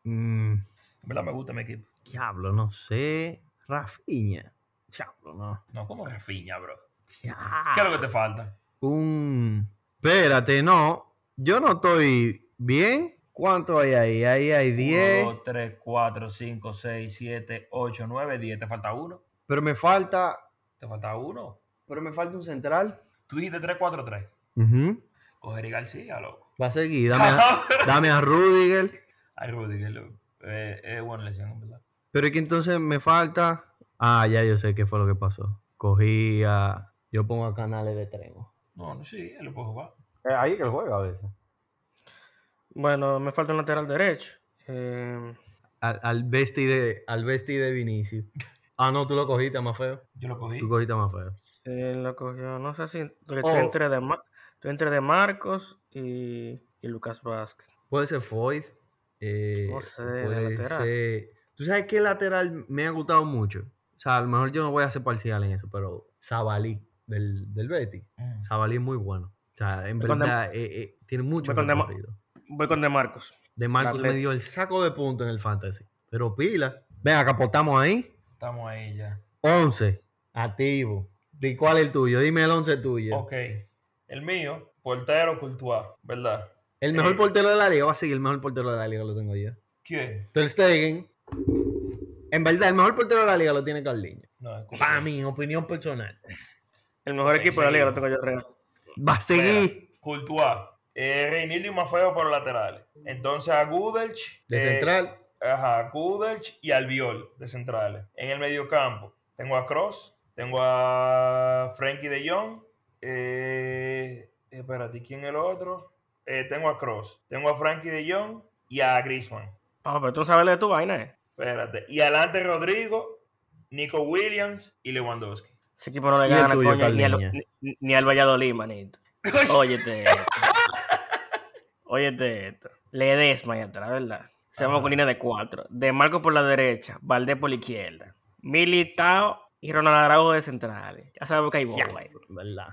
A: Mm,
B: En verdad me gusta mi equipo.
A: diablo, no sé. Rafiña. Diablo, no.
B: No, como Rafiña, bro.
A: Diablo.
B: ¿Qué es lo que te falta?
A: Un... Espérate, no. Yo no estoy bien. ¿Cuánto hay ahí? Ahí hay 10.
B: 2, 3, 4, 5, 6, 7, 8, 9, 10. Te falta uno.
A: Pero me falta.
B: Te falta uno.
A: Pero me falta un central.
B: Tú dijiste 3, 4, 3.
A: Ujú.
B: Coger y García, loco.
A: Va a seguir. Dame
B: <laughs>
A: a, dame a Rudiger.
B: Ay, Rudiger, loco. Eh, es buena lesión, en verdad.
A: Pero es que entonces me falta. Ah, ya yo sé qué fue lo que pasó. Cogí a. Yo pongo a canales de tremo.
B: No, no, sí, él lo puede jugar.
A: Eh, ahí que él juega a veces.
C: Bueno, me falta un lateral derecho. Eh,
A: Al, al besti de, al besti de Vinicius. Ah, no, tú lo cogiste más feo.
B: Yo lo cogí.
A: Tú cogiste más feo.
C: eh, lo cogió, no sé si. porque
A: Oh.
C: Estoy, entre de Ma- estoy entre de Marcos y, y Lucas Vázquez.
A: Puede ser Foyt. eh,
C: No sé, de
A: puede
C: lateral.
A: ser- ¿Tú sabes qué lateral me ha gustado mucho? O sea, a lo mejor yo no voy a ser parcial en eso, pero Sabalí, del, del Betty.
B: Mm.
A: Sabalí es muy bueno. O sea, en
C: Voy con Dem-
A: verdad eh, eh, tiene mucho
C: voy con Dem-
A: recorrido.
C: Voy con de Marcos.
A: De Marcos me
C: Atleti.
A: dio el saco de puntos en el fantasy. Pero pila. Venga, capotamos ahí.
B: Estamos ahí ya.
A: 11. Activo. ¿Y cuál es el tuyo? Dime el 11 tuyo.
B: Ok. El mío, portero Courtois, ¿verdad?
A: El mejor
B: Eh.
A: portero de la liga. Va a seguir el mejor portero de la liga, lo tengo yo.
B: ¿Quién?
A: Ter Stegen. En verdad, el mejor portero de la liga lo tiene Carliño.
B: No, es Courtois.
A: Para mí, en opinión personal.
C: El mejor
B: Ok,
C: equipo de la liga lo
B: seguimos.
C: tengo yo real.
A: Va a seguir
B: Courtois. Eh, Reinildo y Mafeo por los laterales. Entonces a Gudelch.
A: de
B: eh,
A: central.
B: Ajá, Gudelch y Albiol de centrales. En el mediocampo tengo a Cross, tengo a Frankie de Jong. Eh, espérate, ¿quién es el otro? Eh, tengo a Cross, tengo a Frankie de Jong y a Griezmann.
C: Papá, pero tú no sabes de tu vaina, eh.
B: Espérate. Y adelante Rodrigo, Nico Williams y Lewandowski.
C: Ese equipo no le
A: ¿Y el
C: gana,
A: tuyo,
C: coño, ni al,
A: Carliña?
C: ni- ni al Valladolid, manito. Óyete esto. Óyete esto. Ledesma y atrás, ¿verdad? Se llama
B: Ajá.
C: con línea de cuatro. De Marco por la derecha, Valdés por la izquierda. Militao y Ronald Araujo de centrales. Ya sabemos que hay
A: Ya,
C: boba ahí.
A: ¿Verdad?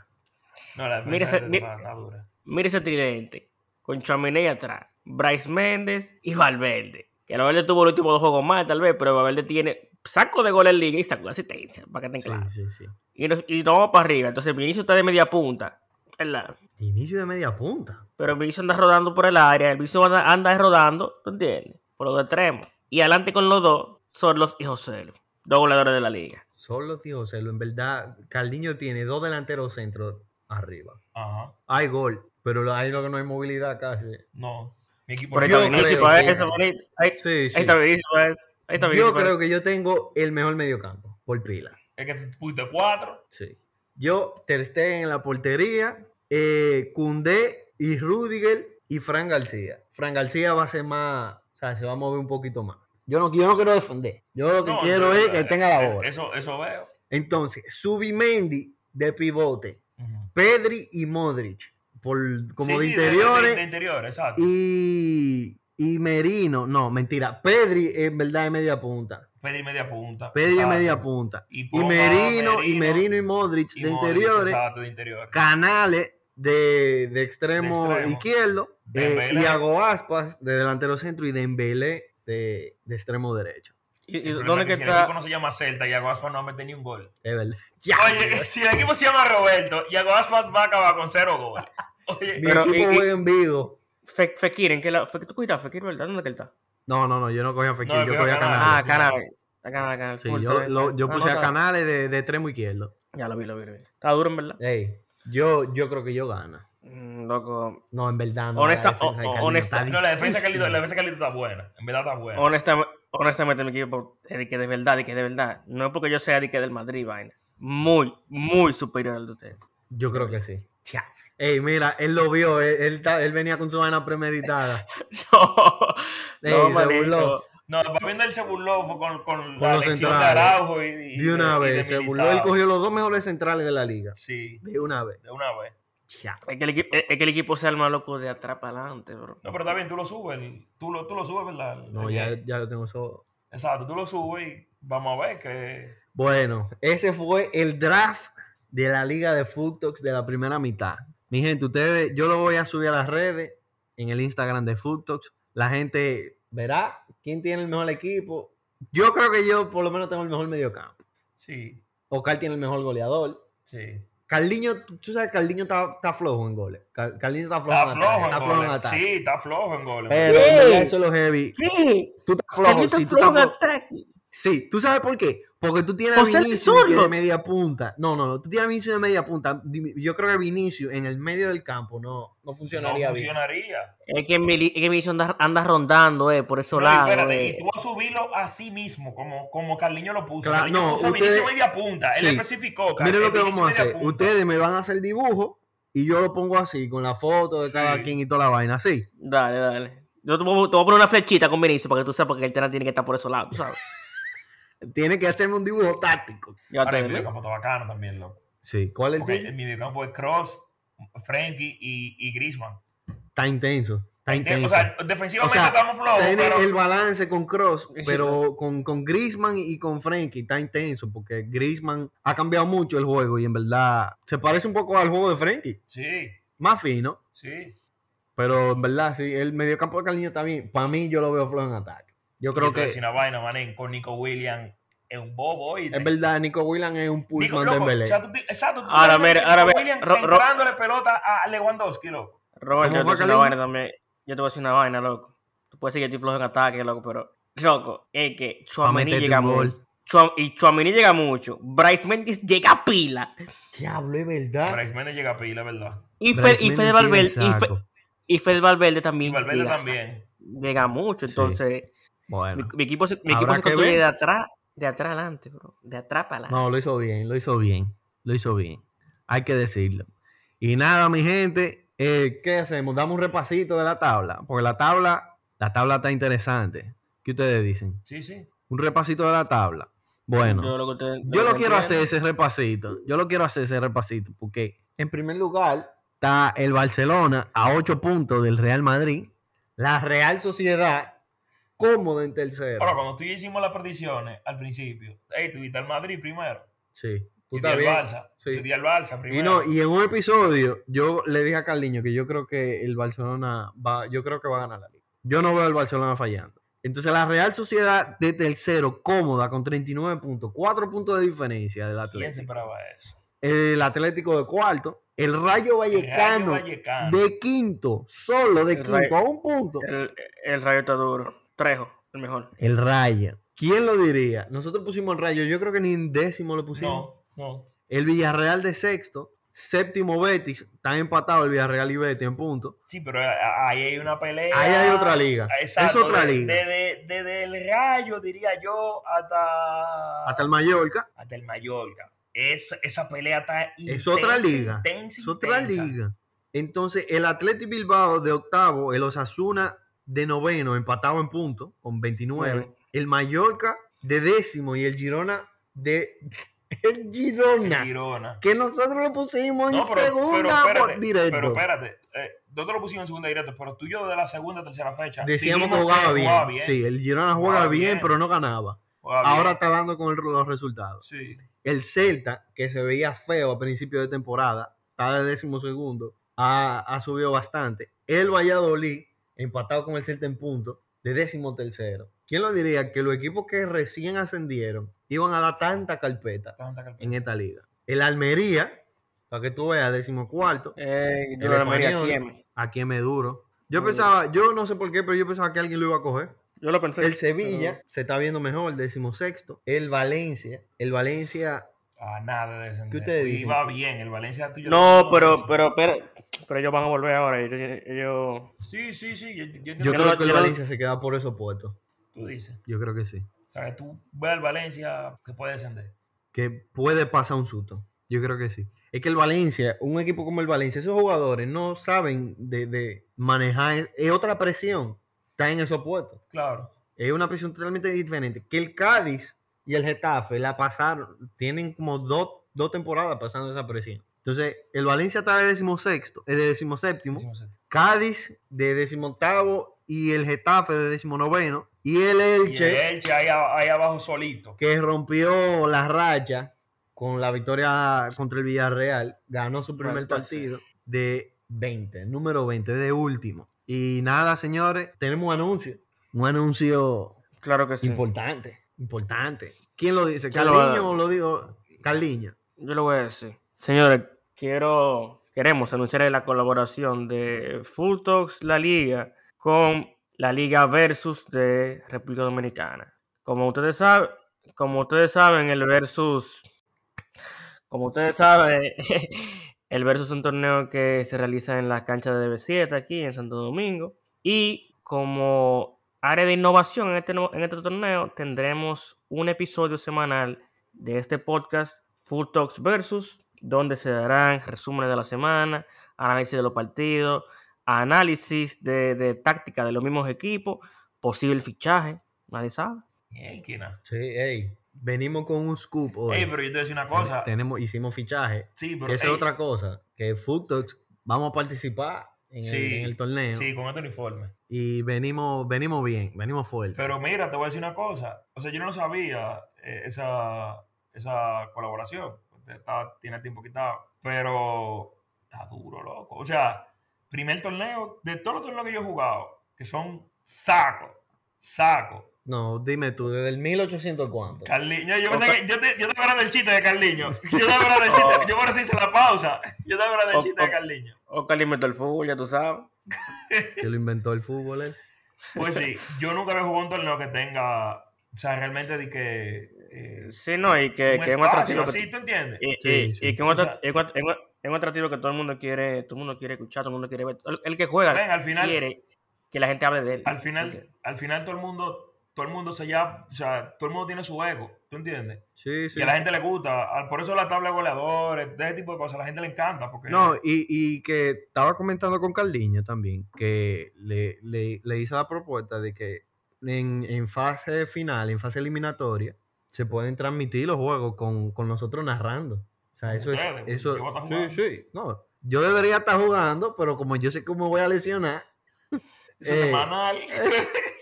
B: No, la defensa
C: Mira ese-
B: de-
C: mi-
B: está- está dura.
C: Mira ese tridente. Con Chaminey atrás. Bryce Méndez y Valverde. Que Valverde tuvo los últimos dos juegos más, tal vez, pero Valverde tiene saco de gol en liga y saco de asistencia, para que estén
A: Sí,
C: claros.
A: sí, sí.
C: Y nos, y nos vamos para arriba. Entonces Vinicius está de media punta. ¿verdad?
A: Inicio de media punta.
C: Pero Vinicius anda rodando por el área. El Vinicius anda, anda rodando, ¿tú entiendes? Por los extremos. Y adelante con los dos son los hijos José Lu, Dos goleadores de la liga.
A: Son los tíos José. Lu. En verdad, Carliño tiene dos delanteros centros arriba.
B: Ajá.
A: Hay gol, pero lo- ahí lo que no hay movilidad casi.
B: No. Mi equipo
C: Por ahí
A: Yo
C: está Vinicius,
A: creo
C: para
A: que-
C: eso, bonito. Ahí, ahí
A: Sí, sí.
C: está Vinicius, para eso. Ahí está Vinicius.
A: Yo
C: para
A: creo
C: eso.
A: que yo tengo el mejor mediocampo, por pila.
B: es que tú pusiste cuatro.
A: Sí. Yo, Ter Stegen en la portería, eh, Koundé y Rudiger y Fran García. Fran García va a ser más, o sea, se va a mover un poquito más. Yo no, yo no quiero defender. Yo lo que
B: No,
A: quiero
B: no,
A: es
B: no,
A: que
B: eh,
A: tenga la
B: eh,
A: bola.
B: Eso, eso veo.
A: Entonces, Subimendi de pivote, Pedri y Modric por, como de
B: Sí, sí,
A: interiores
B: De, de interior, exacto.
A: y, y Merino. No, mentira. Pedri en verdad es media punta.
B: Pedri media punta.
A: Pedri es
B: exacto.
A: media punta.
B: Y,
A: Y
B: Pogba,
A: Merino, y Merino y Modric
B: y
A: de
B: Modric,
A: interiores.
B: Exacto, de interior.
A: Canales de, de extremo,
B: De extremo.
A: izquierdo, eh,
B: Dembélé.
A: y Aspas de delantero centro y Dembélé de, de extremo derecho.
C: ¿Y- y
B: El problema
C: dónde
B: es
C: que
B: si el equipo
C: está?
B: no se llama Celta, Iago Aspas no ha metido ni
A: <laughs>
B: un gol.
A: Es verdad. Ya,
B: Oye, si el equipo se llama Roberto, Iago Aspas va a acabar con cero goles.
A: <laughs>
B: Oye,
A: mi
C: pero-
A: equipo
C: y- y-
A: juega en Vigo.
C: Fe- Fekir, ¿en qué lado? Fe- ¿Tú cogiste a Fekir, verdad? ¿Dónde que él está?
A: No, no, no, yo no cogí a Fekir,
B: No,
A: yo
B: yo
A: cogí a
B: a
A: Canales.
C: Ah,
B: Canales.
C: Canales. A Canales, Canales.
A: Sí,
C: Full,
A: yo,
C: está-
A: lo- yo
C: Ah,
A: puse
C: no,
A: a
C: está-
A: Canales de, de extremo izquierdo.
C: Ya lo vi, lo vi, lo vi. Está duro, en verdad.
A: Ey, yo, yo creo que yo gano.
C: Mm, loco.
A: No, en verdad no. la
C: Honesta-
A: defensa de
C: o- o-
A: Carliño
C: honesta-
A: está
B: no, la defensa de
A: difícil.
B: Carlito, la defensa de Carlito está buena. En verdad está buena.
C: Honestamente, honestamente, mi equipo, eh, de que de verdad, de que de verdad. No es porque yo sea de que del Madrid, vaina. Muy, muy superior al de ustedes. <laughs>
A: Yo creo que sí. Ya. Ey, mira, él lo vio, él, él ta- él venía con su vaina premeditada.
C: No,
A: Ey,
C: no,
A: se
C: manito.
A: burló.
B: No, para viendo él se burló fue con, con la
A: los
B: lesión de
A: centrales.
B: Araujo y, <laughs> y
A: De una
B: y de
A: vez, se
B: Militao.
A: burló. Él cogió los dos mejores centrales de la liga.
B: Sí,
A: De una vez.
B: de una vez.
A: Ya.
C: Es que, el equipo, es que el equipo sea el más loco de atrás para adelante, bro.
B: No, pero está bien, tú lo subes. el- Tú lo, tú lo subes, ¿verdad? El-
A: No,
B: el-
A: ya, ya lo tengo eso.
B: Exacto, tú lo subes y vamos a ver que.
A: Bueno, ese fue el draft de la liga de Food Talks de la primera mitad. Mi gente, ustedes, yo lo voy a subir a las redes, en el Instagram de Food Talks. La gente verá quién tiene el mejor equipo. Yo creo que yo por lo menos tengo el mejor mediocampo.
B: Sí,
A: Oscar tiene el mejor goleador.
B: sí.
A: Carliño, tú sabes que Carliño está, está flojo en goles. Car- Carliño está flojo
B: Está
A: en ataque.
B: flojo
A: Está
B: en
A: flojo en
B: goles.
A: ataque.
B: Sí, está flojo en goles.
A: Pero
C: ¿Qué?
A: en verdad eso es lo heavy.
C: ¿Qué?
A: Tú estás flojo.
C: Carlito
A: sí, tú
C: Flow en
A: estás flojo.
C: ataque.
A: Sí, ¿tú sabes por qué? Porque tú tienes a
C: Por ser
A: Vinicius que
C: zurdo.
A: de media punta. No, no, no. Tú tienes a Vinicius de media punta. Dime, Yo creo que Vinicius en el medio del campo no, no
B: no
A: funcionaría bien.
B: funcionaría.
C: Es que mi, li- es que mi visión anda, anda rondando, eh, por
B: No,
C: esos
B: y
C: lados.
B: espérate,
C: eh.
B: y tú vas a subirlo a sí mismo, como, como Carliño lo puso.
A: Claro,
B: Carliño
A: no,
B: puso a
A: ustedes-
B: Vinicius media punta. Él
A: Sí.
B: especificó. Car-
A: Miren lo
B: eh,
A: que
B: Vinicius
A: vamos a
B: media
A: hacer.
B: punta.
A: Ustedes me van a hacer dibujo y yo lo pongo así, con la foto de cada
B: Sí.
A: quien y toda la vaina. Así.
C: Dale, dale. Yo te voy, te voy a poner una flechita con Vinicius para que tú sepas que el Tena tiene que estar por esos lados, tú sabes.
A: Tiene que hacerme un dibujo táctico.
C: Ya
B: Ahora,
C: te
B: el
A: ¿eh?
C: digo.
B: mediocampo está bacano también, loco.
A: Sí. ¿Cuál es el
B: Porque
A: tuyo?
B: el mediocampo es Cross, Frenkie y, y Griezmann. Eh,
A: Está intenso. Está intenso.
B: O sea, defensivamente
A: O sea,
B: estamos flojos,
A: Tiene
B: pero...
A: el balance con Cross,
C: Sí,
A: pero con, con Griezmann y con Frenkie está intenso porque Griezmann ha cambiado mucho el juego y en verdad se parece un poco al juego de Frenkie,
B: Sí,
A: más fino,
B: sí.
A: pero en verdad sí, el mediocampo de Carliño está bien. Para mí yo lo veo flojo en ataque. Yo creo que
B: Es una vaina, manín, con Nico Williams es un bobo, y
A: es verdad, Nico William es un
B: Nico,
A: pullman de
B: loco,
A: Belé.
B: o sea, tú, ti- exacto. tú
C: Ahora
B: tienes
C: mira,
B: Nico
C: ahora mira,
B: Williams
C: Ro- Ro-
B: centrándole pelota a Lewandowski, loco.
C: Roberto, yo te
A: ¿Cómo fue,
C: voy a decir una
A: Carlito?
C: vaina también. Yo te voy a decir una vaina, loco. Tú puedes decir que estoy flojo en ataque, loco, pero. Loco, es que
A: Pa'
C: Chuamení
A: meterte
C: llega
A: un
C: mucho.
A: gol.
C: Chua- y Chuamení llega mucho. Bryce Mendes llega a pila.
A: Diablo, es verdad.
B: Bryce Mendes llega a pila, ¿verdad?
C: Y, Fer,
A: Bryce
C: y
A: Mendes
C: Fede
A: tiene el
C: Valverde. Y, Fe-
A: saco.
C: y Fede Valverde
B: Y
C: también.
B: Valverde
C: llega,
B: también.
C: Llega mucho.
A: Sí.
C: Entonces, mi,
A: Bueno,
C: mi equipo se, mi equipo
A: Habrá
C: se
A: que
C: construye
A: ver.
C: de atrás, de atrás adelante, bro. De atrás para adelante.
A: no, lo hizo bien, lo hizo bien, lo hizo bien. Hay que decirlo. Y nada, mi gente, eh, ¿qué hacemos? Damos un repasito de la tabla, porque la tabla, la tabla está interesante. ¿Qué ustedes dicen?
B: Sí, sí.
A: Un repasito de la tabla. Bueno,
C: Yo
A: yo,
C: lo, que ustedes-
A: lo
C: que
A: quiero
C: entiendo.
A: hacer ese repasito. Yo lo quiero hacer ese repasito, porque en primer lugar está el Barcelona a 8 puntos del Real Madrid, la Real Sociedad cómoda en tercero.
B: Ahora, cuando tú y yo hicimos las predicciones al principio, hey, tú viste al Madrid primero.
A: Sí, tú
B: Tú
A: estás
B: al
A: bien.
B: Barça.
A: Sí.
B: Yo di al Barça
A: Y
B: primero.
A: no, y en un episodio yo le dije a Carliño que yo creo que el Barcelona va, yo creo que va a ganar la liga. Yo no veo al Barcelona fallando. Entonces la Real Sociedad de tercero, cómoda, con 39 puntos, 4 puntos de diferencia del
B: ¿Quién
A: Atlético.
B: se esperaba eso?
A: El Atlético de cuarto, el Rayo
B: Rayo
A: Vallecano,
B: Vallecano.
A: de quinto, solo de
C: El
A: quinto,
C: Rayo-
A: a un punto.
C: El, el rayo está duro. Trejo, el mejor.
A: El Rayo. ¿Quién lo diría? Nosotros pusimos el Rayo, yo creo que ni en décimo lo pusimos.
B: No, no.
A: El Villarreal de sexto, séptimo Betis, están empatados el Villarreal y Betis en puntos.
B: Sí, pero eh, a- ahí hay una pelea.
A: Ahí hay otra liga.
B: Ah, Exacto,
A: es otra
B: de-
A: liga.
B: Desde de, desde el Rayo, diría yo, hasta,
A: Hasta el Mallorca
B: hasta el Mallorca. Es, esa pelea está
A: Es otra liga.
B: intensa,
A: es otra
B: intensa.
A: liga. Entonces, el Athletic Bilbao de octavo, el Osasuna de noveno, empatado en puntos, con 29.
C: Ujú.
A: El Mallorca de décimo y el Girona de. <laughs> El
B: El
A: Girona.
B: Girona.
A: que nosotros lo pusimos en
B: No, pero, pero
A: segunda
B: espérate,
A: por directo.
B: pero espérate, eh, nosotros lo pusimos en segunda directo, pero tú y yo de la segunda, tercera fecha.
A: Decíamos que
B: dijimos
A: jugaba bien.
B: jugaba
A: Sí, el Girona jugaba
B: Jugaba
A: bien,
B: bien.
A: pero no ganaba.
B: jugaba bien.
A: Ahora está dando con el- los resultados.
B: Sí.
A: El Celta, que se veía feo a principio de temporada, está de décimo segundo, ha, ha subido bastante. El Valladolid, empatado con el Celta en puntos, de décimo tercero. ¿Quién lo diría que los equipos que recién ascendieron iban a dar tanta carpeta
B: tanta carpeta.
A: en esta liga? El Almería, para que tú veas, décimo cuarto,
C: Eh, yo
A: El
C: lo llamaría
A: español.
C: Kiemi.
A: aquí me duro. Yo
C: Mm.
A: pensaba, yo no sé por qué, pero yo pensaba que alguien lo iba a coger.
C: Yo lo pensé.
A: El Sevilla se está viendo mejor, décimo sexto. El Valencia, el Valencia
B: Ah, nada de descender.
A: ¿Qué ustedes dicen?
B: Iba bien, el Valencia tuyo.
C: No, pero,
A: pues-
C: pero, pero, pero ellos van a volver ahora. Ellos, ellos-
B: Sí, sí, sí. Yo, yo entiendo
A: Yo
B: lo
C: no
A: creo
C: lo-
A: que el
C: yo no-
A: Valencia se queda por esos puestos.
B: que tú dices.
A: Yo creo que sí.
B: O sea, que tú ves al Valencia que puede descender.
A: Que puede pasar un susto. Yo creo que sí. Es que el Valencia, un equipo como el Valencia, esos jugadores no saben de, de manejar. Es otra presión. Está en esos puestos.
B: Claro.
A: Es una presión totalmente diferente. Que el Cádiz y el Getafe la pasaron. Tienen como dos, dos temporadas pasando esa presión. Entonces, el Valencia está de decimosexto, eh, de decimoséptimo.
B: Decimos esto.
A: Cádiz de decimoctavo y el Getafe de decimonoveno. Y el
B: Y el
A: Elche.
B: Elche ahí, a- ahí abajo solito.
A: que rompió la racha con la victoria contra el Villarreal, ganó su primer
C: Maldita
A: partido de 20, número 20, de último. Y nada, señores, tenemos un anuncio, un anuncio
C: claro que sí.
A: importante, importante. ¿Quién lo dice?
C: ¿Quién lo va a
A: Carliño o lo digo, Carliño.
C: Yo lo voy a decir. Señores, quiero, queremos anunciar la colaboración de Full Talks La Liga con la Liga Versus de República Dominicana. Como ustedes saben, como ustedes saben, el Versus, como ustedes saben, <laughs> el Versus es un torneo que se realiza en la cancha de B7 aquí en Santo Domingo. Y como área de innovación en este, no- en este torneo, tendremos un episodio semanal de este podcast Full Talks Versus, donde se darán resúmenes de la semana, análisis de los partidos, análisis de, de táctica de los mismos equipos, posible fichaje, nadie sabe.
B: Mielquina.
A: Sí, ey. Venimos con un scoop hoy.
B: Ey, pero yo te voy a decir una cosa.
A: Tenemos, hicimos fichaje.
B: Sí, pero.
A: Que esa
B: ey,
A: es otra cosa. Que Food Talks vamos a participar en, el,
B: Sí,
A: en el torneo.
B: Sí, con este uniforme.
A: Y venimos, venimos bien, venimos fuerte.
B: Pero mira, te voy a decir una cosa. O sea, yo no sabía eh, esa, esa colaboración. Está- tiene tiempo quitado. Pero está duro, loco. O sea, primer torneo, de todos los torneos que yo he jugado, que son saco, saco.
A: No, dime tú, desde el 1800 cuánto.
B: Carliño, yo pensé que yo te, yo te hablando el chiste de Carliño. Yo te hablando el
A: <laughs> Oh.
B: chiste. Yo ahora sí hice la pausa. Yo te hablando el chiste de Carliño.
C: O Calimento el fútbol, ya tú sabes.
A: Que lo inventó el fútbol. él.
B: Pues sí, yo nunca había jugado un torneo que tenga. O sea, realmente de que. eh,
C: Sí, no, y que,
B: un
C: que es un
B: espacio,
C: atractivo que-
B: así, ¿tú entiendes?
C: y-
A: Sí,
C: y-
A: sí.
C: y que es un
B: O sea-
C: atrat- es un at- es un- es un atractivo que todo el mundo quiere, todo el mundo quiere escuchar, todo el mundo quiere ver. El, el que juega
B: Ven, al final-
C: quiere que la gente hable de él.
B: al final,
C: Porque-
B: al final todo el mundo, todo el mundo se ya, o sea, todo el mundo tiene su ego, ¿tú entiendes?
A: Sí, sí.
B: Y a la gente le gusta, al- por eso la tabla de goleadores, de ese tipo de cosas, a la gente le encanta, porque
A: No, y, y que estaba comentando con Carliño también, que le, le, le hice la propuesta de que en, en fase final, en fase eliminatoria, se pueden transmitir los juegos con, con nosotros narrando. O sea, eso es...
B: Ustedes,
A: Eso,
B: yo voy a estar
A: sí,
B: jugando.
A: sí. No, yo debería estar jugando, pero como yo sé que me voy a lesionar,
B: eso
A: eh, <laughs>
B: es semanal.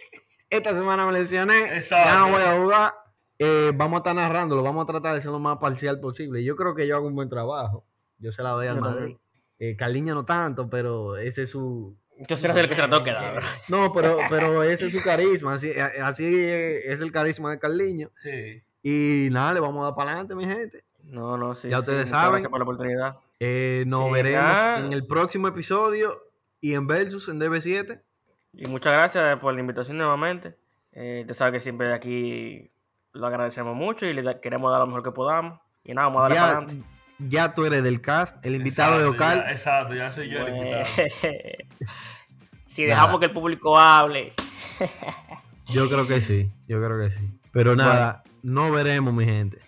B: <laughs>
A: esta semana me lesioné, ya
C: Ah,
B: Exacto.
A: no voy a jugar, eh, vamos a estar narrando, lo vamos a tratar de ser lo más parcial posible. Yo creo que yo hago un buen trabajo. Yo se la doy al
C: Yo también.
A: Madrid. Eh, Carliño no tanto, pero ese es su,
C: Yo seré el que se la toque, la verdad.
A: No, pero, pero ese es su carisma, así, a- así es el carisma de Carliño.
B: Sí.
A: Y nada, le vamos a dar para adelante, mi gente.
C: No, no, sí.
A: Ya
C: sí,
A: ustedes
C: muchas
A: saben.
C: Gracias por la oportunidad.
A: Eh, nos
C: Sí,
A: veremos
C: ya.
A: en el próximo episodio y en Versus en DB7.
C: Y muchas gracias eh, por la invitación nuevamente. Eh, te sabes que siempre de aquí lo agradecemos mucho y le da- queremos dar lo mejor que podamos. Y nada, vamos a darle para
A: Ya,
C: adelante.
A: ya tú eres del cast, el invitado de
B: Exacto, ya,
A: Ocal.
B: Exacto, ya soy yo el invitado.
C: <laughs> si dejamos
A: Nada.
C: que el público hable.
A: Yo creo que sí, yo creo que sí. Pero nada, nos veremos, mi gente.